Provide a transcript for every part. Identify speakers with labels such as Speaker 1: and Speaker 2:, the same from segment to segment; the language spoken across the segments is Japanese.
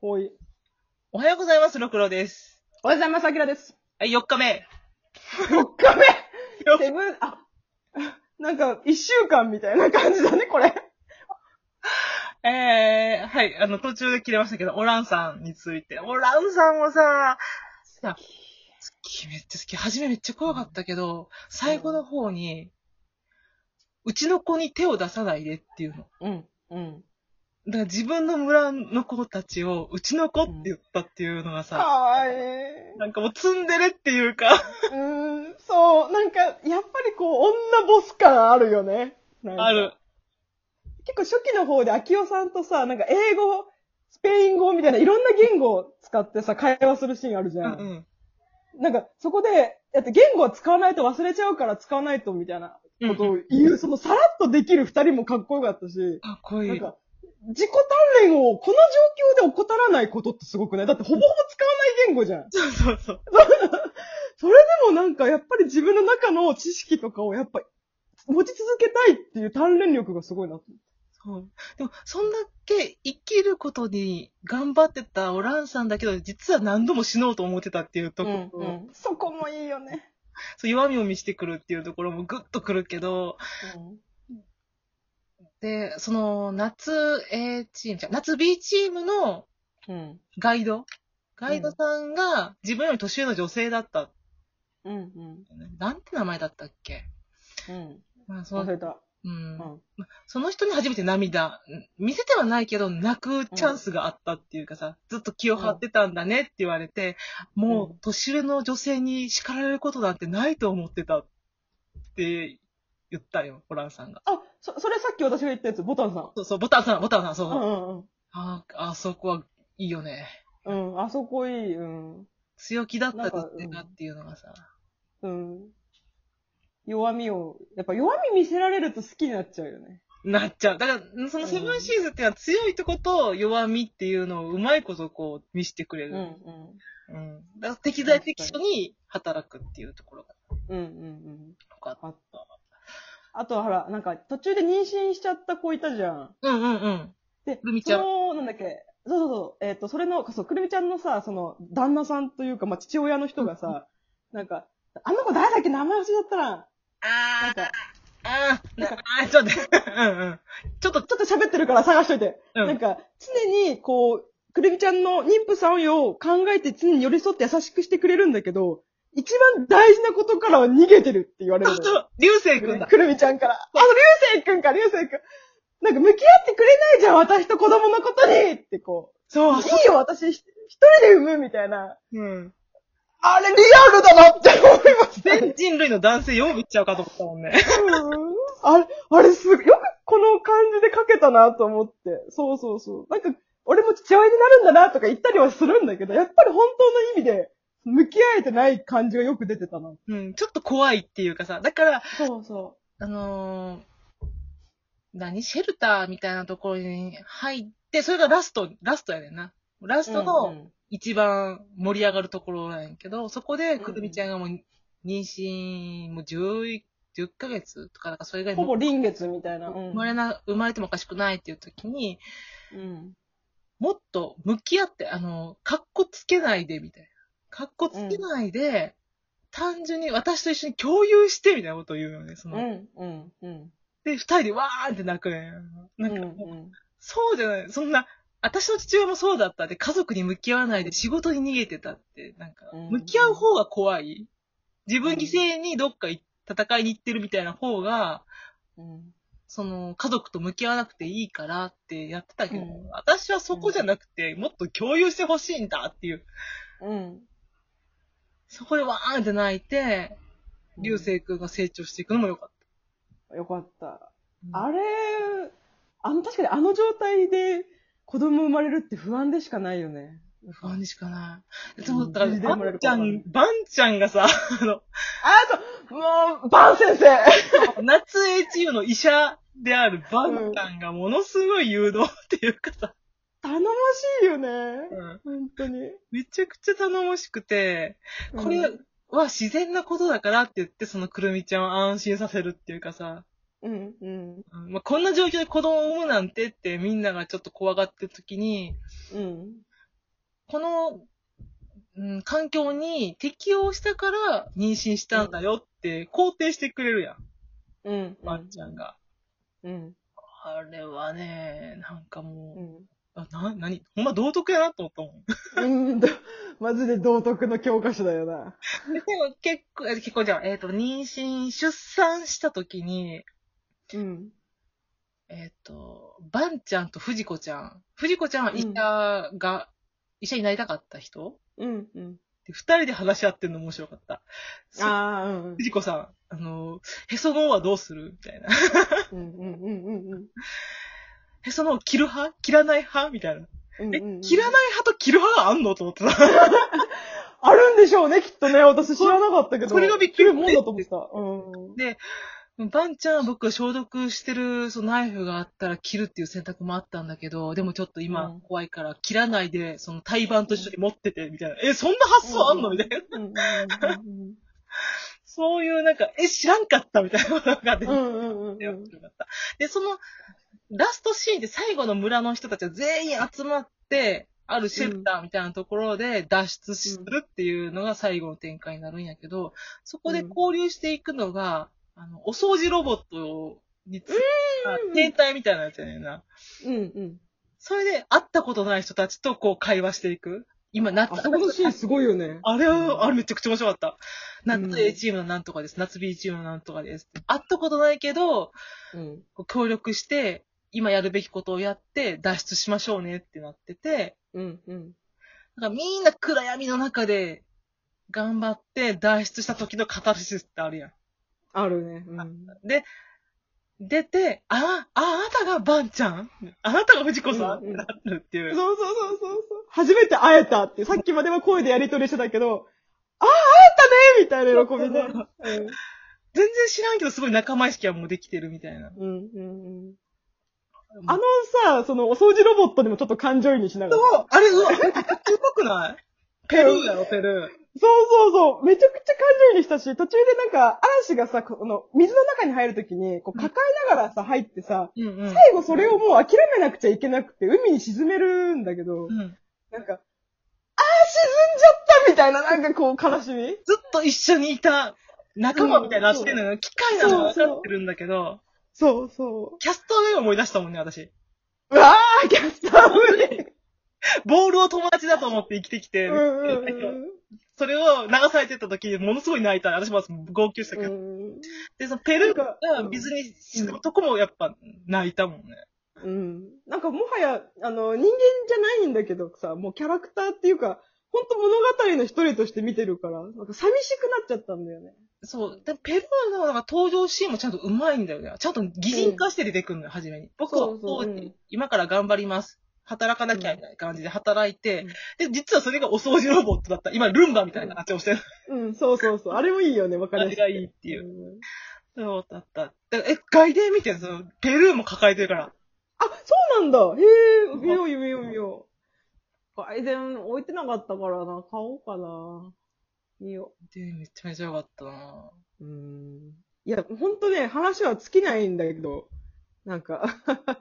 Speaker 1: ほい。
Speaker 2: おはようございます、六郎です。
Speaker 1: おはようございます、あきらです。
Speaker 2: はい、4日目。
Speaker 1: 4日目セブン、あ、なんか、1週間みたいな感じだね、これ。
Speaker 2: えー、はい、あの、途中で切れましたけど、オランさんについて。オランさんもさ、好き、めっちゃ好き。初めめっちゃ怖かったけど、最後の方に、うちの子に手を出さないでっていうの。
Speaker 1: うん、うん。
Speaker 2: だから自分の村の子たちを、うちの子って言ったっていうのが
Speaker 1: か
Speaker 2: さ、
Speaker 1: わいい。
Speaker 2: なんかもうツンデレっていうか、
Speaker 1: うーん、そう、なんか、やっぱりこう、女ボス感あるよね。なんか
Speaker 2: あ。る。
Speaker 1: 結構初期の方で、あきおさんとさ、なんか、英語、スペイン語みたいな、いろんな言語を使ってさ、会話するシーンあるじ
Speaker 2: う
Speaker 1: ゃ
Speaker 2: んうん。
Speaker 1: なんか、そこで、だって言語は使わないと忘れちゃうから使わないとみたいなことを言う、そのさらっとできる二人もかっこよかったし、
Speaker 2: かっこい
Speaker 1: なん
Speaker 2: い。
Speaker 1: か、自己鍛錬をこの状況で怠らないことってすごくないだってほぼほぼ使わない言語じゃん。
Speaker 2: そうそうそう。
Speaker 1: それでもなんかやっぱり自分の中の知識とかをやっぱ持ち続けたいっていう鍛錬力がすごいなと思
Speaker 2: そう。でも、そんだけ生きることに頑張ってたオランさんだけど、実は何度も死のうと思ってたっていうところ
Speaker 1: って、、そこもいいよね。
Speaker 2: そう弱みを見せてくるっていうところもグッとくるけど、で、その、夏 A チーム、じゃ夏 B チームの
Speaker 1: うん。
Speaker 2: ガイド、ガイドさんが自分より年上の女性だった。
Speaker 1: うん。うん。
Speaker 2: なんて名前だったっけ
Speaker 1: うん。
Speaker 2: まあ、そ
Speaker 1: 忘
Speaker 2: の、
Speaker 1: れた。
Speaker 2: うん
Speaker 1: う。ん。
Speaker 2: その人に初めて涙、ん見せてはないけど、泣くチャンスがあったっていうかさ、ずっと気を張ってたんだねって言われて、もう年上の女性に叱られることなんてないと思ってたって言ったよ、ホランさんが。
Speaker 1: あ、そ、それさっき私が言ったやつ、ボタンさん。
Speaker 2: そうそう、ボタンさん、ボタンさん、そううそう。
Speaker 1: んうん
Speaker 2: ああ、そこはいいよね。
Speaker 1: うん。うん、あそこいい。うん。
Speaker 2: 強気だった
Speaker 1: なんか
Speaker 2: 女性がっていうのがさ、
Speaker 1: うん。弱みを、やっぱ弱み見せられると好きになっちゃうよね。
Speaker 2: なっちゃう。だから、そのセブンシーズっていうのは強いとこと弱みっていうのをうまいことこう見せてくれ
Speaker 1: う
Speaker 2: る。
Speaker 1: ん。
Speaker 2: うん。だから適材適所に働くっていうところが
Speaker 1: うんうんうん。
Speaker 2: 良かった。
Speaker 1: あった。あとほら、なんか途中で妊娠しちゃった子いたじゃん。
Speaker 2: うんうんうん。
Speaker 1: で
Speaker 2: くるみちゃん
Speaker 1: その、なんだっけ、そうそうそう、えっ、と、それの、そう、くるみちゃんのさ、その、旦那さんというか、まあ、父親の人がさ、なんか、あの子誰だっけ名前忘れちゃったら、な
Speaker 2: あ
Speaker 1: んか、
Speaker 2: あー、なあー、ちょっと待って、うんうん。ちょっと、
Speaker 1: ちょっと喋ってるから探しといて。
Speaker 2: うん
Speaker 1: なんか、常に、こう、くるみちゃんの妊婦さんを考えて常に寄り添って優しくしてくれるんだけど、一番大事なことからは逃げてるって言われる
Speaker 2: そ
Speaker 1: のよ。
Speaker 2: うそう、流星くんだ。
Speaker 1: くるみちゃんから。あ、流星くんか、流星くん。なんか向き合ってくれないじゃん、私と子供のことにってこう。い
Speaker 2: そ
Speaker 1: いよ、私ひ一人で産むみたいな。
Speaker 2: う。うん。
Speaker 1: あれリアルだなって思いました。
Speaker 2: 全人類の男性4部いっちゃうかと思ったもんね。
Speaker 1: うんあれ、あれすごい、よくこの感じで書けたなと思って。そうそうそう。なんか、俺も父親になるんだなとか言ったりはするんだけど、やっぱり本当の意味で、向き合えてない感じがよく出てたな。
Speaker 2: うん、ちょっと怖いっていうかさ、だから、
Speaker 1: そうそ
Speaker 2: あのー何シェルターみたいなところに入って、それがラスト、ラストやねんな。ラ
Speaker 1: う
Speaker 2: ストの一番盛り上がるところなんやけど、そこでくるみちゃんがもう妊娠もう10、10ヶ月とか、なんかそれぐらいの
Speaker 1: ほぼ臨月みたいな。うん
Speaker 2: 生まれな、生まれてもおかしくないっていう時に、
Speaker 1: うん
Speaker 2: もっと向き合って、あの、格好つけないで、みたいな。格好つけないで、単純に私と一緒に共有して、みたいなことを言うよね、その。
Speaker 1: ん、うん、うん。
Speaker 2: で、二人でわーって泣くね。なんか、
Speaker 1: うんうん
Speaker 2: そうじゃない、そんな、私の父親もそうだったで、家族に向き合わないで仕事に逃げてたって、なんか
Speaker 1: うん、
Speaker 2: 向き合う方が怖い。自分犠牲にどっかい戦いに行ってるみたいな方が、
Speaker 1: うん
Speaker 2: その、家族と向き合わなくていいからってやってたけど、
Speaker 1: うん
Speaker 2: 私はそこじゃなくて、もっと共有してほしいんだっていう。
Speaker 1: うん。
Speaker 2: そこでわーんって泣いて、流星くんが成長していくのも良かっ
Speaker 1: よかった。
Speaker 2: た。
Speaker 1: あれ、あの、確かにあの状態で子供生まれるって不安でしかないよね。
Speaker 2: 不安にしかない。で
Speaker 1: う
Speaker 2: も、
Speaker 1: ん
Speaker 2: だから、
Speaker 1: 自
Speaker 2: ば
Speaker 1: 然もや
Speaker 2: ん
Speaker 1: る
Speaker 2: ち
Speaker 1: か
Speaker 2: ゃ
Speaker 1: ら
Speaker 2: ん
Speaker 1: ね、
Speaker 2: ばんちゃんがさ、あの、
Speaker 1: あと、もう、バン先生
Speaker 2: 夏 HU の医者であるバンちゃんがものすごい誘導っていうかさ、
Speaker 1: 頼もしいよね。
Speaker 2: うん
Speaker 1: 本当に。
Speaker 2: めちゃくちゃ頼もしくて、これ
Speaker 1: うん、
Speaker 2: は自然なことだからって言って、そのくるみちゃんを安心させるっていうかさ、
Speaker 1: うん、うん、
Speaker 2: うんまあ、こんな状況で子供を産むなんてってみんながちょっと怖がってる時に、
Speaker 1: うん。
Speaker 2: この、うん、環境に適応したから妊娠したんだよって肯定してくれるやん、
Speaker 1: うん。
Speaker 2: まっちゃんが。
Speaker 1: うん。
Speaker 2: あれはね、なんかもう、
Speaker 1: うん。
Speaker 2: あな、なに、ほんま道徳やなと思ったもん。
Speaker 1: うん、どマジで道徳の教科書だよな。
Speaker 2: でも結構、え結構じゃあ、えっ、と、妊娠、出産した時に、
Speaker 1: うん。
Speaker 2: えっ、と、バンちゃんと藤子ちゃん。藤子ちゃんは医者が、医者になりたかった人
Speaker 1: うん、うん。
Speaker 2: で、二人で話し合ってるの面白かった。そう
Speaker 1: ああ、うん。
Speaker 2: 藤子さん、あの、へその緒はどうするみたいな。
Speaker 1: うん、うん、うん、うんうん。
Speaker 2: へその緒切る派切らない派みたいな。
Speaker 1: うん
Speaker 2: え、
Speaker 1: うんうん
Speaker 2: 切らない派と切る派があんのと思ってた。
Speaker 1: あるんでしょうね、きっとね。私知らなかったけど。
Speaker 2: これがびっくり
Speaker 1: 切るもんだと思ってた。うん。
Speaker 2: バンちゃんは僕が消毒してる、そのナイフがあったら切るっていう選択もあったんだけど、でもちょっと
Speaker 1: う
Speaker 2: 今
Speaker 1: ん
Speaker 2: 怖いから切らないで、その胎盤と一緒に持ってて、みたいな。え、そんな発想あんの
Speaker 1: うん
Speaker 2: みたいな。
Speaker 1: うん、うん
Speaker 2: そういうなんか、え、知らんかったみたいなのが出て
Speaker 1: うん、うん。うん、うん、うん。
Speaker 2: で、その、ラストシーンで最後の村の人たちは全員集まって、あるシェルターみたいなところで脱出するっていうのが最後の展開になるんやけど、そこで交流していくのが、あの、お掃除ロボットにつ、あ天体みたいなやつやねんな。
Speaker 1: うん、うん。
Speaker 2: それで会ったことない人たちとこう会話していく。今、夏
Speaker 1: あ、そこのシーンすごいよね。
Speaker 2: あれは、あれめちゃくちゃ面白かった。
Speaker 1: うん
Speaker 2: 夏 A チームのなんとかです。夏 B チームのなんとかです。会ったことないけど、
Speaker 1: うん。
Speaker 2: こう協力して、今やるべきことをやって、脱出しましょうねってなってて、
Speaker 1: うん、うん。
Speaker 2: なんかみんな暗闇の中で、頑張って脱出した時のカタルシスってあるやん。
Speaker 1: あるね。うん。
Speaker 2: で、出て、あ、あ、あなたがバンちゃんあなたが藤子さん、
Speaker 1: うんうん
Speaker 2: ってなるってい。
Speaker 1: そううそうそうそうそう。初めて会えたって、さっきまでは声でやりとりしてたけど、ああ、会えたねみたいな喜びね。
Speaker 2: 全然知らんけど、すごい仲間意識はもうできてるみたいな。
Speaker 1: うん、うん、うん。あのさ、そのお掃除ロボットでもちょっと感情移入しながら。
Speaker 2: そう、あれ、うわ、めっちゃっぽくないペルーだよ、ペル
Speaker 1: そうそうそう。めちゃくちゃ感情移入したし、途中でなんか、嵐がさ、この、水の中に入るときに、こう、抱えながらさ、入ってさ、
Speaker 2: ー。うんうん。
Speaker 1: 最後それをもう諦めなくちゃいけなくて、海に沈めるんだけど、
Speaker 2: うん、
Speaker 1: なんか、あー、沈んじゃったみたいな、なんかこう、悲しみ
Speaker 2: ずっと一緒にいた仲間みたいになってるのよ。機械なのは分かってるんだけど、
Speaker 1: そうそう。
Speaker 2: キャストウェイを思い出したもんね、私。
Speaker 1: うわー、キャスター無 理
Speaker 2: ボールを友達だと思って生きてきて、
Speaker 1: うんうんうん
Speaker 2: それを流されてった時、ものすごい泣いた。私も号泣したけ
Speaker 1: う
Speaker 2: ど。
Speaker 1: ん。
Speaker 2: で、そのペルーが
Speaker 1: うん
Speaker 2: 水に沈むとこもやっぱ泣いたもんね。
Speaker 1: うん。なんかもはや、あの、人間じゃないんだけどさ、もうキャラクターっていうか、ほんと物語の一人として見てるから、なんか寂しくなっちゃったんだよね。
Speaker 2: そう。で、ペルーのなんか登場シーンもちゃんと上手いんだよね。ちゃんと擬人化して出てくるのよ、初めに。僕は
Speaker 1: そうそう
Speaker 2: 当時
Speaker 1: うん
Speaker 2: 今から頑張ります。働かなきゃみたいな感じで働いて、で、実はそれがお掃除ロボットだった。今、ルンバみたいな形をしてる。
Speaker 1: うん、そうそうそう。あれもいいよね、わかり
Speaker 2: あ
Speaker 1: や
Speaker 2: れ
Speaker 1: す
Speaker 2: がいいっていう。
Speaker 1: うん
Speaker 2: そうだった。だからえ、外伝見てるその、ペルーも抱えてるから。
Speaker 1: あ、そうなんだへえ、見よう見よう見よう。改善置いてなかったからな、買おうかな。見よ
Speaker 2: で、めちゃめちゃ良かったな
Speaker 1: う。うん。いや、ほんとね、話は尽きないんだけど、なんか、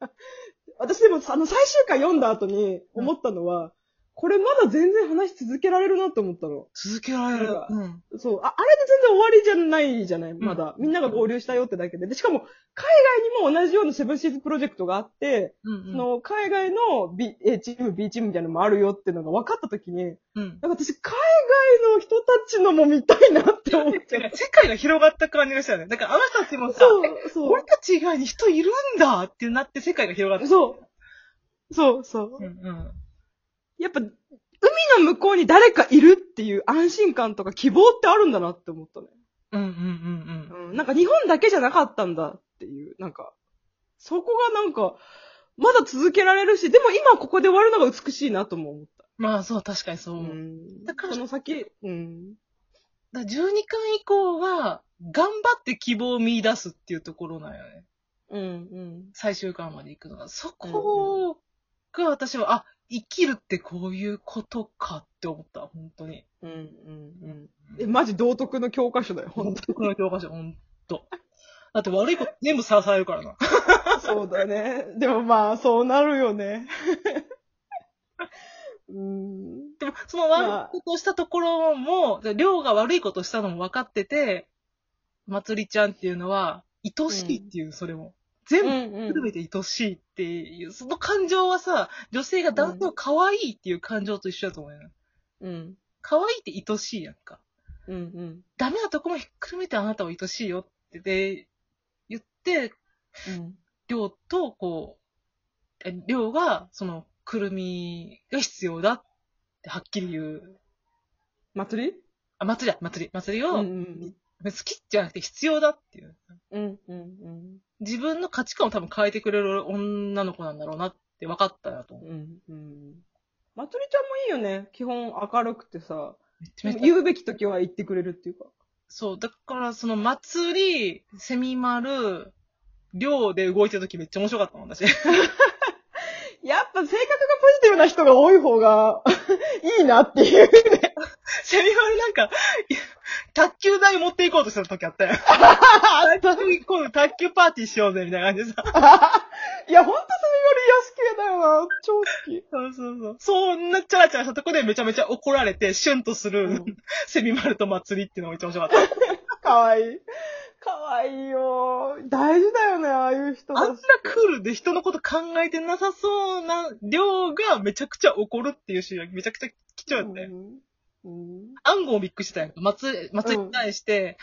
Speaker 1: 私でもさあの最終回読んだ後に思ったのは、これまだ全然話し続けられるなって思ったの。
Speaker 2: 続けられる
Speaker 1: なんか。
Speaker 2: うん。
Speaker 1: そう。あ、あれで全然終わりじゃないじゃない、まだ。
Speaker 2: うん
Speaker 1: みんなが合流したよってだけで。で、しかも、海外にも同じようなセブンシーズプロジェクトがあって、
Speaker 2: うん、う
Speaker 1: そ
Speaker 2: ん。
Speaker 1: の、海外の B、A チーム、B チームみたいなのもあるよっていうのが分かったときに、
Speaker 2: うん。
Speaker 1: なんか私、海外の人たちのも見たいなって思っちゃ
Speaker 2: だ
Speaker 1: っ た。
Speaker 2: から世界が広がった感じがしたよね。だからあなたたちもさ、
Speaker 1: そう、そ
Speaker 2: 俺たち以外に人いるんだってなって世界が広がっ
Speaker 1: う。
Speaker 2: た。
Speaker 1: そう。そう、そう
Speaker 2: う。んうん。
Speaker 1: やっぱ、海の向こうに誰かいるっていう安心感とか希望ってあるんだなって思ったね。
Speaker 2: うんうんうんうん。
Speaker 1: うん、なんか日本だけじゃなかったんだっていう、なんか、そこがなんか、まだ続けられるし、でも今ここで終わるのが美しいなとも思った。
Speaker 2: まあそう、確かにそう思う。
Speaker 1: ん
Speaker 2: だから
Speaker 1: この先、うん。
Speaker 2: だから12巻以降は、頑張って希望を見出すっていうところなんよね。
Speaker 1: うん、うん。
Speaker 2: 最終巻まで行くのが。そこが私は、あ、生きるってこういうことかって思った、本当に。
Speaker 1: うん、うん、うん。え、マジ道徳の教科書だよ、本
Speaker 2: 本当この教科書、本当だって悪いこと全部さらされるからな。
Speaker 1: 当 そうだ ね。でもまあ、そうなるよね。うん。
Speaker 2: も、その悪いことをしたところも、量が悪いことをしたのも分かってて、まつりちゃんっていうのは、愛しいっていう、それも。全部
Speaker 1: うん
Speaker 2: 全て愛しいっていう、その感情はさ、女性が男性を可愛いっていう感情と一緒だと思うよ。
Speaker 1: うん。
Speaker 2: 可愛いって愛しいやんか。
Speaker 1: うん。うん。
Speaker 2: ダメなとこもひっくるめてあなたを愛しいよってで言って、
Speaker 1: うん。
Speaker 2: りょうと、こう、えりょうが、その、くるみが必要だってはっきり言う。
Speaker 1: 祭り
Speaker 2: あ、祭りだ、祭り、祭り
Speaker 1: う
Speaker 2: を、
Speaker 1: ん。
Speaker 2: 好きじゃなくて必要だっていう。
Speaker 1: うん。うん。うん。
Speaker 2: 自分の価値観を多分変えてくれる女の子なんだろうなって分かったなと思う。
Speaker 1: うん。うん。まつりちゃんもいいよね。基本明るくてさ。
Speaker 2: めちゃめちゃ
Speaker 1: 言うべき時は言ってくれるっていうか。
Speaker 2: そう、だから、その、祭り、セミ丸、寮で動いてるときめっちゃ面白かったもん、私。
Speaker 1: やっぱ性格がポジティブな人が多い方が いいなっていう ね。
Speaker 2: セミ丸なんか、いや卓球台持っていこうとしたときあったよ。卓球今度卓球パーティーしようぜ、みたいな感じでさ。
Speaker 1: いや、ほんとそれより安系だよな。超好き。
Speaker 2: そうそうそう。そんなチャラチャラしたとこでめちゃめちゃ怒られて、シュンとする、セミ丸と祭りっていうのがめっちゃ面白かった。
Speaker 1: かわいい。かわいいよ。大事だよね、ああいう人
Speaker 2: あん
Speaker 1: だ
Speaker 2: な
Speaker 1: し。
Speaker 2: クールで人のこと考えてなさそうな量がめちゃくちゃ怒るっていうシーンがめちゃくちゃ貴重だったよ。
Speaker 1: うんうん
Speaker 2: 暗号びっくりしてたやんか。松、松井に対して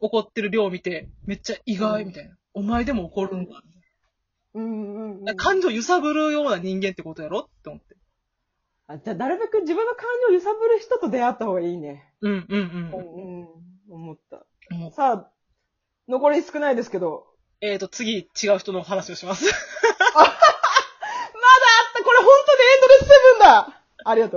Speaker 2: 怒ってる量を見て、めっちゃ意外みたいな。お前でも怒るんだ。
Speaker 1: うんうんうん。
Speaker 2: 感情揺さぶるような人間ってことやろって思って。
Speaker 1: あじゃあ、なるべく自分の感情を揺さぶる人と出会った方がいいね。
Speaker 2: うんうん
Speaker 1: うん、うん、思った。
Speaker 2: うん。もう
Speaker 1: さあ、残り少ないですけど。
Speaker 2: えーと、次、違う人の話をします。
Speaker 1: あった、これ本当にエンドレスセブンだありがとう。